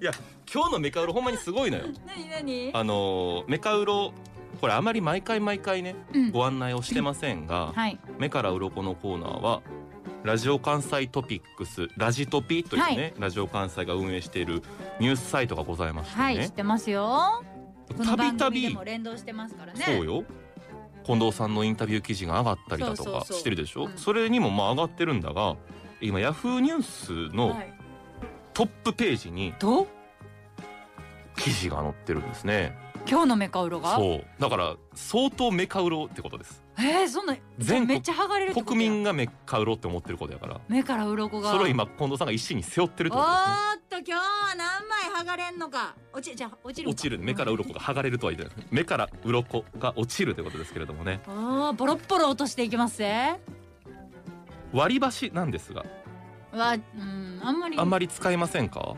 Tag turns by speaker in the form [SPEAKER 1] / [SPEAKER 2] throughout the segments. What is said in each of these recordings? [SPEAKER 1] いや今日のメカウロほんまにすごいのよ
[SPEAKER 2] 何何
[SPEAKER 1] あのメカウロこれあまり毎回毎回ね
[SPEAKER 2] うん
[SPEAKER 1] ご案内をしてませんが、
[SPEAKER 2] はい
[SPEAKER 1] 目から鱗のコーナーはラジオ関西トピックスラジトピというね、
[SPEAKER 2] は
[SPEAKER 1] ラジオ関西が運営しているニュースサイトがございまして
[SPEAKER 2] はい知っ
[SPEAKER 1] ね
[SPEAKER 2] てますよこの
[SPEAKER 1] たび
[SPEAKER 2] 番
[SPEAKER 1] た
[SPEAKER 2] 組で
[SPEAKER 1] び
[SPEAKER 2] も連動してますからね
[SPEAKER 1] そうよ近藤さんのインタビュー記事が上がったりだと
[SPEAKER 2] そうそう
[SPEAKER 1] か
[SPEAKER 2] そう
[SPEAKER 1] してるでしょそ
[SPEAKER 2] うん
[SPEAKER 1] れにもまあ上がってるんだが今ヤフーニュースの
[SPEAKER 2] はい
[SPEAKER 1] トップページに
[SPEAKER 2] と
[SPEAKER 1] 記事が載ってるんですね、
[SPEAKER 2] 今日のメカウロが
[SPEAKER 1] そうだから相当メカウロってことです
[SPEAKER 2] えー、そんな
[SPEAKER 1] 全国
[SPEAKER 2] めっちゃ剥がれるってこと
[SPEAKER 1] 国
[SPEAKER 2] や
[SPEAKER 1] 民がメカウロって思ってることやから
[SPEAKER 2] 目から鱗が
[SPEAKER 1] それを今近藤さんが一心に背負ってるって
[SPEAKER 2] お
[SPEAKER 1] ことですね
[SPEAKER 2] ーっと今日は何枚剥がれんのか落ちじゃあ落ちるの
[SPEAKER 1] 落ちる目から鱗が剥がれるとは言ってない目から鱗が落ちるということですけれどもね
[SPEAKER 2] あーボロッボロ落としていきますぜ
[SPEAKER 1] 割り箸なんですが
[SPEAKER 2] わうんあんまり
[SPEAKER 1] あんまり使いませんか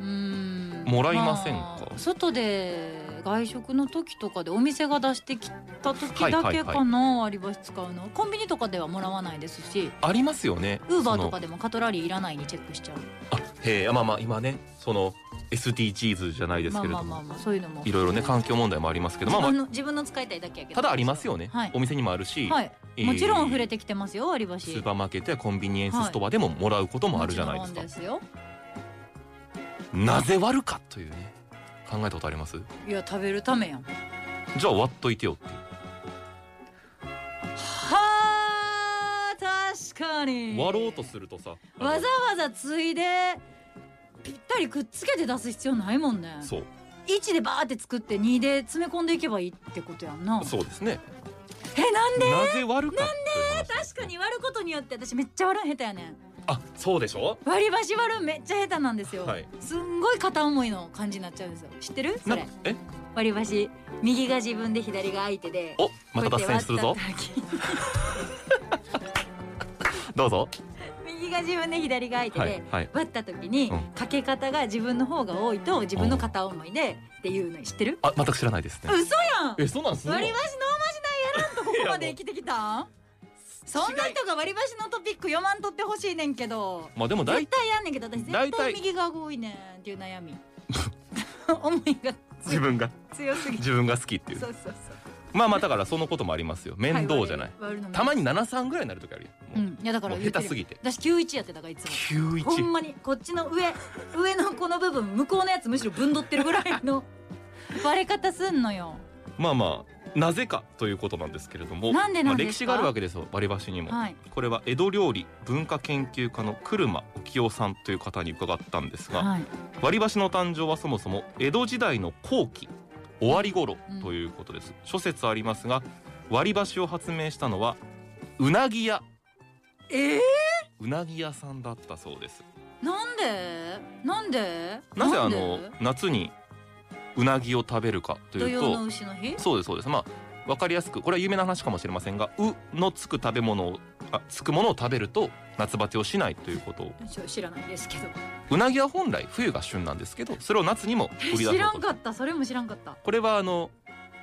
[SPEAKER 2] うん
[SPEAKER 1] もらいませんか
[SPEAKER 2] あ外で外食の時とかでお店が出してきた時
[SPEAKER 1] は
[SPEAKER 2] だ
[SPEAKER 1] い
[SPEAKER 2] け
[SPEAKER 1] はいはい
[SPEAKER 2] かな割り箸使うのコンビニとかではもらわないですし
[SPEAKER 1] ありますよね
[SPEAKER 2] ウーバーとか
[SPEAKER 1] で
[SPEAKER 2] でもカトラリーいらないにチェックしちゃう
[SPEAKER 1] あへえまあまあ今ねその SDGs じゃないです
[SPEAKER 2] まあ
[SPEAKER 1] けれ
[SPEAKER 2] まあ
[SPEAKER 1] ど
[SPEAKER 2] まあ
[SPEAKER 1] も
[SPEAKER 2] まあそういうのも
[SPEAKER 1] いろいろね環境問題もありますけどま
[SPEAKER 2] 自
[SPEAKER 1] あ
[SPEAKER 2] 分
[SPEAKER 1] まあ
[SPEAKER 2] の自分の使いたいだけやけど
[SPEAKER 1] ただありますよね、
[SPEAKER 2] はい
[SPEAKER 1] お店にもあるし、
[SPEAKER 2] はい
[SPEAKER 1] えー
[SPEAKER 2] もちろん触れてきてますよ割り箸
[SPEAKER 1] スーパーマーケットやコンビニエンスストアでももらうこともあるじゃないですか、
[SPEAKER 2] もちろんで
[SPEAKER 1] なぜ割るかというね考えたことあります
[SPEAKER 2] すよいや食べるためやん
[SPEAKER 1] じゃあ割っといてよっていう
[SPEAKER 2] はあ確かに
[SPEAKER 1] 割ろうとするとさあの
[SPEAKER 2] わざわざついでぴったりくっつけて出す必要ないもんね
[SPEAKER 1] そう
[SPEAKER 2] 1でバーって作って2で詰め込んでいけばいいってことやんな
[SPEAKER 1] そうですね
[SPEAKER 2] えなんで
[SPEAKER 1] なぜ割るかなんで
[SPEAKER 2] 確かに割ることによって私めっちゃ割るん下手やねん
[SPEAKER 1] あそうでしょ
[SPEAKER 2] 割り箸割るんめっちゃ下手なんですよ、
[SPEAKER 1] はい
[SPEAKER 2] すんごい片思いの感じになっちゃうんですよ知ってるそ
[SPEAKER 1] な
[SPEAKER 2] れ
[SPEAKER 1] え
[SPEAKER 2] 割り箸右が自分で左が相手で
[SPEAKER 1] おまた脱線するぞ
[SPEAKER 2] こうやって割った時
[SPEAKER 1] どうぞ
[SPEAKER 2] 右が自分で左が相手で、
[SPEAKER 1] はいはい
[SPEAKER 2] 割った時に、
[SPEAKER 1] うん
[SPEAKER 2] かけ方が自分の方が多いと自分の片思いでっていうの知ってる
[SPEAKER 1] あ全く知らないですね
[SPEAKER 2] 嘘やん
[SPEAKER 1] えそうなんす
[SPEAKER 2] 割り箸ノーマジなんやらんとここまで生きてきたんそんな
[SPEAKER 1] 違い
[SPEAKER 2] 人が割り箸のトピック読まんとってほしいねんけど
[SPEAKER 1] まあでも大
[SPEAKER 2] 絶対やんねんけど私
[SPEAKER 1] 大
[SPEAKER 2] 絶
[SPEAKER 1] 体
[SPEAKER 2] 対右が多いねんっていう 悩み思いが
[SPEAKER 1] 自分が
[SPEAKER 2] 強すぎる
[SPEAKER 1] 自分が好きっていう
[SPEAKER 2] そうそうそう
[SPEAKER 1] まあまあだからそのこともありますよ面倒じゃない、
[SPEAKER 2] 割るのも
[SPEAKER 1] たまに七三ぐらいになる時あるよ
[SPEAKER 2] う
[SPEAKER 1] もうん
[SPEAKER 2] いやだから
[SPEAKER 1] もう
[SPEAKER 2] 言
[SPEAKER 1] 下
[SPEAKER 2] って
[SPEAKER 1] 手す
[SPEAKER 2] る
[SPEAKER 1] ぎて
[SPEAKER 2] 私九一やってたからいつも
[SPEAKER 1] 九一
[SPEAKER 2] ほんまにこっちの上上のこの部分向こうのやつむしろぶんどってるぐらい の割れ方すんのよ
[SPEAKER 1] まあまあなぜかということなんですけれども
[SPEAKER 2] なんでな
[SPEAKER 1] ま
[SPEAKER 2] ん
[SPEAKER 1] あ、
[SPEAKER 2] で
[SPEAKER 1] 歴
[SPEAKER 2] す
[SPEAKER 1] 史
[SPEAKER 2] か
[SPEAKER 1] があるわけですよ割り箸にも、
[SPEAKER 2] はい
[SPEAKER 1] これは江戸料理文化研究家の車浮世さんという方に伺ったんですが、
[SPEAKER 2] はい
[SPEAKER 1] 割り箸の誕生はそもそも江戸時代の後期終わり頃
[SPEAKER 2] うん
[SPEAKER 1] ということです、諸説ありますが割り箸を発明したのはうなぎ屋
[SPEAKER 2] えー、
[SPEAKER 1] うなぎ屋さんだったそうです
[SPEAKER 2] なんでなんで
[SPEAKER 1] なぜあ
[SPEAKER 2] んで
[SPEAKER 1] の夏にうなぎを食べるかとい
[SPEAKER 2] 土
[SPEAKER 1] う
[SPEAKER 2] 曜の
[SPEAKER 1] と
[SPEAKER 2] 牛の日
[SPEAKER 1] そうですそうですまあわかりやすくこれは有名な話かもしれませんが「う」のつく食べ物をあつくものを食べると夏バテをしないということを
[SPEAKER 2] ちょ知らないですけど
[SPEAKER 1] うなぎは本来冬が旬なんですけどそれを夏にも売り出
[SPEAKER 2] 知ら
[SPEAKER 1] そうんと
[SPEAKER 2] かったそれも知らんかった
[SPEAKER 1] これはあの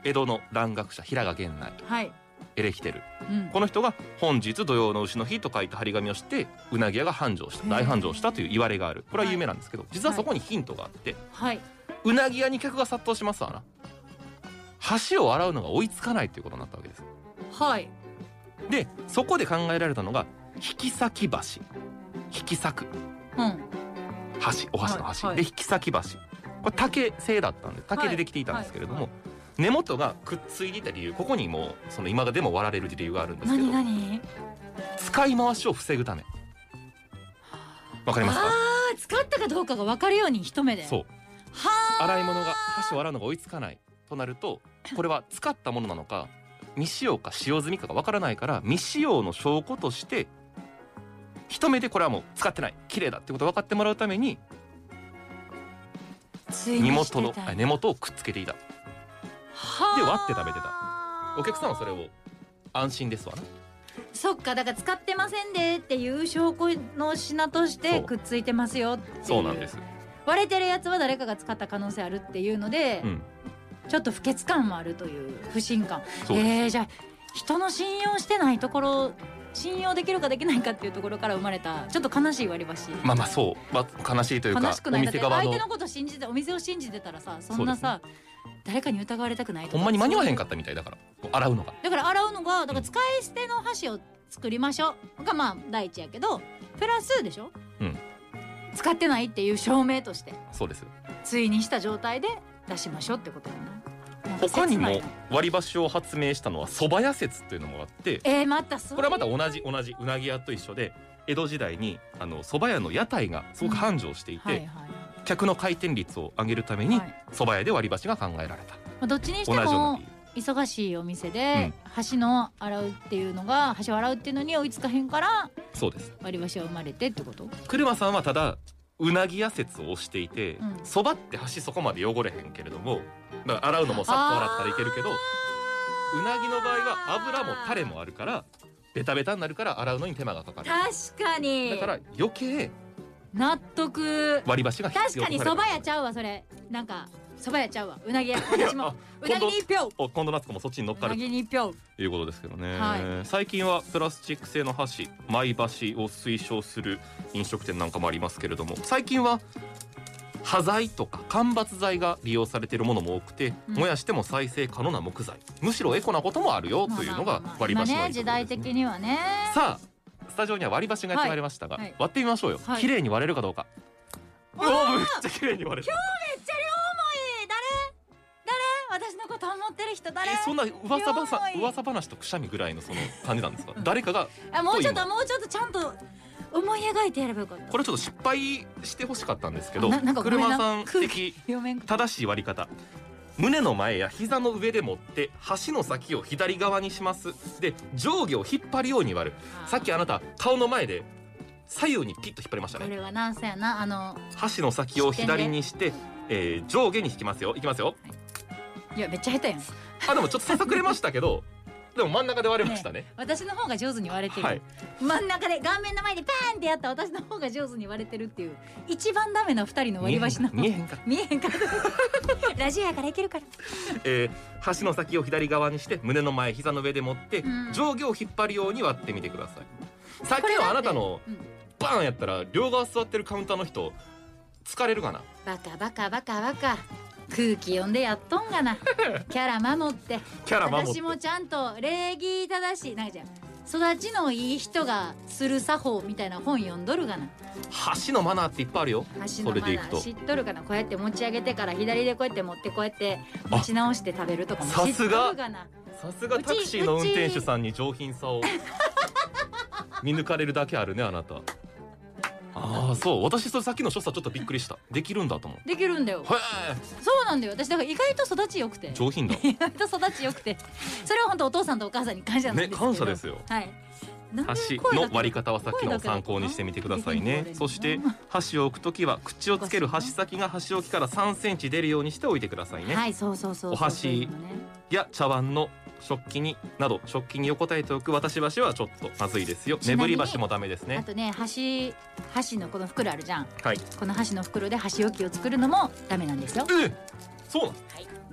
[SPEAKER 1] 江戸の蘭学者平賀源内
[SPEAKER 2] はい
[SPEAKER 1] エレキテル
[SPEAKER 2] うん
[SPEAKER 1] この人が本日土用の丑の日と書いた張り紙をしてうなぎ屋が繁盛した
[SPEAKER 2] へー
[SPEAKER 1] 大繁盛したという言われがあるこれは有名なんですけど、実はそこにヒントがあって、
[SPEAKER 2] はいう
[SPEAKER 1] なぎ屋に客が殺到しますわな箸を洗うのが追いつかないということになったわけです
[SPEAKER 2] はい
[SPEAKER 1] でそこで考えられたのが引き裂き橋引き裂く
[SPEAKER 2] うん
[SPEAKER 1] 箸お箸の箸、
[SPEAKER 2] はいはい
[SPEAKER 1] で引き裂き橋これ竹製だったんで竹でできていたんですけれども、根元がくっついていた理由ここにもうその今でも割られる理由があるんですけど
[SPEAKER 2] 何何
[SPEAKER 1] 使い回しを防ぐためわかりますか
[SPEAKER 2] ああ使ったかどうかが分かるように一目で
[SPEAKER 1] そう
[SPEAKER 2] はあ
[SPEAKER 1] 洗い物が箸を洗うのが追いつかないとなると これは使ったものなのか未使用か使用済みかがわからないから未使用の証拠として一目でこれはもう使ってない綺麗だってことを分かってもらうために
[SPEAKER 2] つい
[SPEAKER 1] 根
[SPEAKER 2] にして
[SPEAKER 1] 元
[SPEAKER 2] た
[SPEAKER 1] のあ根元をくっつけていた
[SPEAKER 2] はあ
[SPEAKER 1] で割って食べてお客さんはそれを安心ですわな
[SPEAKER 2] そっかだから使ってませんでっていう証拠の品として
[SPEAKER 1] そう
[SPEAKER 2] くっついてますよっていう
[SPEAKER 1] そうなんです、
[SPEAKER 2] 割れてるやつは誰かが使った可能性あるっていうので、
[SPEAKER 1] うん、
[SPEAKER 2] ちょっと不潔感もあるという不信感
[SPEAKER 1] そうです、
[SPEAKER 2] えー、じゃあ人の信用してないところ信用できるかできないかっていうところから生まれたちょっと悲しい割り箸
[SPEAKER 1] まあまあそう、まあ、悲しいというか
[SPEAKER 2] 悲しくない
[SPEAKER 1] お
[SPEAKER 2] だって
[SPEAKER 1] 店側
[SPEAKER 2] 相
[SPEAKER 1] の
[SPEAKER 2] 手のこと信じてお店を信じてたらさそんなさ、誰かに疑われたくないとか
[SPEAKER 1] ほんまに間に合わへんかったみたいだからこう洗うのが
[SPEAKER 2] だから洗うのがだから使い捨ての箸を作りましょうがまあ第一やけどプラスでしょ、
[SPEAKER 1] うん
[SPEAKER 2] 使ってないっていう証明として
[SPEAKER 1] そうですよ
[SPEAKER 2] 対にした状態で出しましょうってことやななんか切
[SPEAKER 1] 他に
[SPEAKER 2] ない
[SPEAKER 1] も割り箸を発明したのは蕎麦屋説っていうのもあって
[SPEAKER 2] えー、またそ
[SPEAKER 1] これはまた同じ同じうなぎ屋と一緒で江戸時代にあの蕎麦屋の屋台がすごく繁盛していて、
[SPEAKER 2] はいはい
[SPEAKER 1] 客の回転率を上げるために
[SPEAKER 2] はい
[SPEAKER 1] 蕎麦屋で割り箸が考えられた、
[SPEAKER 2] まあ、どっちにし
[SPEAKER 1] 同
[SPEAKER 2] て
[SPEAKER 1] じような
[SPEAKER 2] も
[SPEAKER 1] 理由
[SPEAKER 2] 忙しいお店で箸の洗うっていうのが箸を洗うっていうのに追いつかへんから
[SPEAKER 1] そうです
[SPEAKER 2] 割り箸は生まれてってこと
[SPEAKER 1] 車さんはただうなぎ屋説を推していて
[SPEAKER 2] うん
[SPEAKER 1] そば、蕎麦って箸そこまで汚れへんけれどもだから洗うのもさっと洗ったらいけるけどうなぎの場合は油もタレもあるからベタベタになるから洗うのに手間がかかる
[SPEAKER 2] 確かに
[SPEAKER 1] だから余計
[SPEAKER 2] 納得
[SPEAKER 1] 割り箸が必
[SPEAKER 2] 確
[SPEAKER 1] 要
[SPEAKER 2] か
[SPEAKER 1] と
[SPEAKER 2] に
[SPEAKER 1] さ
[SPEAKER 2] 蕎
[SPEAKER 1] れた
[SPEAKER 2] 麦屋ちゃうわそれなんか蕎麦屋ちゃうわうな ぎ屋私も
[SPEAKER 1] あ
[SPEAKER 2] うなぎに一票
[SPEAKER 1] お近藤夏子もそっちに乗っ
[SPEAKER 2] う
[SPEAKER 1] か
[SPEAKER 2] な
[SPEAKER 1] る
[SPEAKER 2] ぎに一票
[SPEAKER 1] ということですけどね、
[SPEAKER 2] は
[SPEAKER 1] 最近はプラスチック製の箸マイ箸を推奨する飲食店なんかもありますけれども最近は端材とか間伐材が利用されているものも多くて、
[SPEAKER 2] うん
[SPEAKER 1] 燃やしても再生可能な木材むしろエコなこともあるよというのが
[SPEAKER 2] まあまあまあ
[SPEAKER 1] 割り箸
[SPEAKER 2] 今
[SPEAKER 1] のいいと
[SPEAKER 2] ね時
[SPEAKER 1] ころ
[SPEAKER 2] 代
[SPEAKER 1] です
[SPEAKER 2] 的
[SPEAKER 1] ね
[SPEAKER 2] にはね
[SPEAKER 1] さあスタジオには割り箸がやってまいりましたが、
[SPEAKER 2] はいはい
[SPEAKER 1] 割ってみましょうよ、
[SPEAKER 2] はい
[SPEAKER 1] 綺麗に割れるかどうかお
[SPEAKER 2] わ
[SPEAKER 1] お
[SPEAKER 2] あ
[SPEAKER 1] ーめっちゃ綺麗に割れる
[SPEAKER 2] めっちゃ両思い誰誰私のこと思ってる人誰
[SPEAKER 1] えそんな噂ばさ
[SPEAKER 2] 両思い
[SPEAKER 1] 噂話とくしゃみぐらいのその感じなんですか誰かが
[SPEAKER 2] あもうちょっともうちょっとちゃんと思い描いてやればよかった
[SPEAKER 1] これちょっと失敗してほしかったんですけど
[SPEAKER 2] あななんかごめんな
[SPEAKER 1] 車さん
[SPEAKER 2] 空
[SPEAKER 1] 的
[SPEAKER 2] 両面
[SPEAKER 1] 正しい割り方胸の前や膝の上で持って箸の先を左側にしますで上下を引っ張るように割るさっきあなた顔の前で左右にピッと引っ張りました
[SPEAKER 2] こ
[SPEAKER 1] ね
[SPEAKER 2] れはなんせやなあの
[SPEAKER 1] 箸の先を左にして、えー上下に引きますよいきますよ
[SPEAKER 2] いやめっちゃ下手やん
[SPEAKER 1] あでもちょっとささくれましたけどでも真ん中で割れましたね
[SPEAKER 2] 私の方が上手に割れてる、
[SPEAKER 1] はい
[SPEAKER 2] 真ん中で顔面の前でパーンってやった私の方が上手に割れてるっていう一番ダメな二人の割り箸の
[SPEAKER 1] 見えへんか
[SPEAKER 2] 見えへんからラジオやからいけるから
[SPEAKER 1] えー箸の先を左側にして胸の前膝の上で持って、
[SPEAKER 2] うん
[SPEAKER 1] 上下を引っ張るように割ってみてくださいさっきのあなたの
[SPEAKER 2] うん
[SPEAKER 1] バーンやったら両側座ってるカウンターの人疲れるかな
[SPEAKER 2] バカバカバカバカ空気読んでやっと んがなキャラ守って
[SPEAKER 1] キャラ守って
[SPEAKER 2] 私もちゃんと礼儀正しいなんかじゃあ育ちのいい人がする作法みたいな本読んどるがな
[SPEAKER 1] 箸のマナーっていっぱいあるよ
[SPEAKER 2] 箸
[SPEAKER 1] そ
[SPEAKER 2] の
[SPEAKER 1] れ
[SPEAKER 2] マ
[SPEAKER 1] で
[SPEAKER 2] ナ
[SPEAKER 1] いく
[SPEAKER 2] ー
[SPEAKER 1] と
[SPEAKER 2] 知っとるかなこうやって持ち上げてから左でこうやって持ってこうやって持ち直して食べるとかも
[SPEAKER 1] さ
[SPEAKER 2] 知っと
[SPEAKER 1] す
[SPEAKER 2] る
[SPEAKER 1] が
[SPEAKER 2] がな
[SPEAKER 1] さすがタクシーの運転手さんに上品さ を見抜かれるだけあるねあなたああそう私それさっきの所作ちょっとびっくりしたできるんだと思う
[SPEAKER 2] できるんだよ
[SPEAKER 1] へ
[SPEAKER 2] そうなんだよ私だから意外と育ち良くて
[SPEAKER 1] え上品だ
[SPEAKER 2] 意外と 育ち良くてそれは本当お父さんとお母さんに感謝なんですけど
[SPEAKER 1] ね感謝ですよ
[SPEAKER 2] はいなんで
[SPEAKER 1] 箸
[SPEAKER 2] 声だけ
[SPEAKER 1] の割り方はさっきのを参考にしてみてくださいねそして箸を置くときは口をつける箸先が箸置きから3センチ出るようにしておいてくださいね、
[SPEAKER 2] はいそうそうそうそう
[SPEAKER 1] お箸
[SPEAKER 2] そういうのね
[SPEAKER 1] いや茶碗の食器になど食器に横たえておく渡し箸はちょっとまずいですよ
[SPEAKER 2] ちなみ
[SPEAKER 1] 眠
[SPEAKER 2] に
[SPEAKER 1] り箸もダメです
[SPEAKER 2] あ
[SPEAKER 1] ね
[SPEAKER 2] とね箸箸のこの袋あるじゃん
[SPEAKER 1] はい
[SPEAKER 2] この箸の袋で箸置きを作るのもダメなんですよ
[SPEAKER 1] えそうなん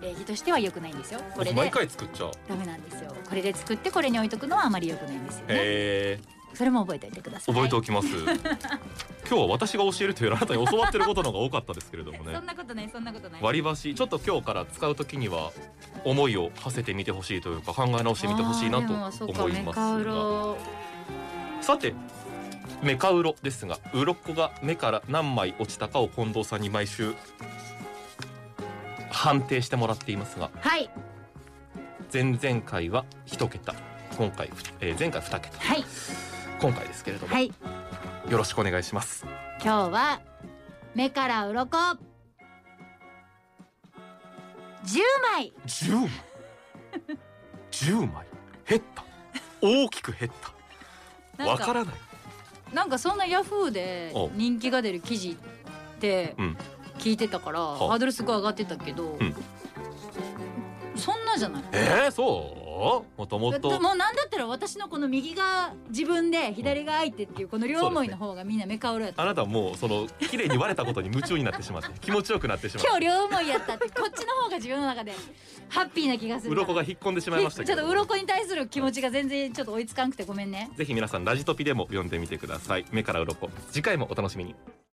[SPEAKER 2] 礼儀としては良くないんですよこれ
[SPEAKER 1] 毎
[SPEAKER 2] で
[SPEAKER 1] 回作っちゃう
[SPEAKER 2] ダメなんですよこれで作ってこれに置いとくのはあまり良くないんですよね
[SPEAKER 1] え
[SPEAKER 2] それも覚えておいてくださ
[SPEAKER 1] ー、
[SPEAKER 2] い
[SPEAKER 1] 覚えておきます 今日は私が教えるというよりあなたに教わってることの方が多かったですけれどもね
[SPEAKER 2] そんなことないそんなことない
[SPEAKER 1] 割り箸ちょっと今日から使うときには思いを馳せてみてほしいというか考え直してみてほしいな
[SPEAKER 2] あーでもそ
[SPEAKER 1] と
[SPEAKER 2] うか
[SPEAKER 1] 思い
[SPEAKER 2] メ
[SPEAKER 1] ます
[SPEAKER 2] カウ
[SPEAKER 1] が
[SPEAKER 2] ロ
[SPEAKER 1] さてメカウロですがウロコが目から何枚落ちたかを近藤さんに毎週判定してもらっていますが
[SPEAKER 2] はい
[SPEAKER 1] 前々回は1桁今回、えー前回2桁
[SPEAKER 2] はい
[SPEAKER 1] 今回ですけれども、
[SPEAKER 2] はい
[SPEAKER 1] よろしくお願いします
[SPEAKER 2] 今日は目から鱗10枚
[SPEAKER 1] 10枚10枚減った大きく減った
[SPEAKER 2] なん
[SPEAKER 1] わ
[SPEAKER 2] か
[SPEAKER 1] からない
[SPEAKER 2] なんかそんなヤフーで
[SPEAKER 1] お
[SPEAKER 2] 人気が出る記事って
[SPEAKER 1] うん
[SPEAKER 2] 聞いてたから
[SPEAKER 1] は
[SPEAKER 2] ハードルすごい上がってたけど、
[SPEAKER 1] うん
[SPEAKER 2] そんなじゃない
[SPEAKER 1] えー、そうよもともと
[SPEAKER 2] もうなんだったら私のこの右が自分で左が相手っていうこの両思いの方がみんな目顔るやった、
[SPEAKER 1] あなたはもうその綺麗に割れたことに夢中になってしまって 気持ちよくなってしま
[SPEAKER 2] 今
[SPEAKER 1] っ
[SPEAKER 2] 日両思いやったってこっちの方が自分の中でハッピーな気がす
[SPEAKER 1] て
[SPEAKER 2] るから
[SPEAKER 1] 鱗が引っ込んでしまいましたけど
[SPEAKER 2] ちょっと鱗に対する気持ちが全然ちょっと追いつかんくてごめんね
[SPEAKER 1] ぜひ皆さんラジトピでも読んでみてください目から鱗次回もお楽しみに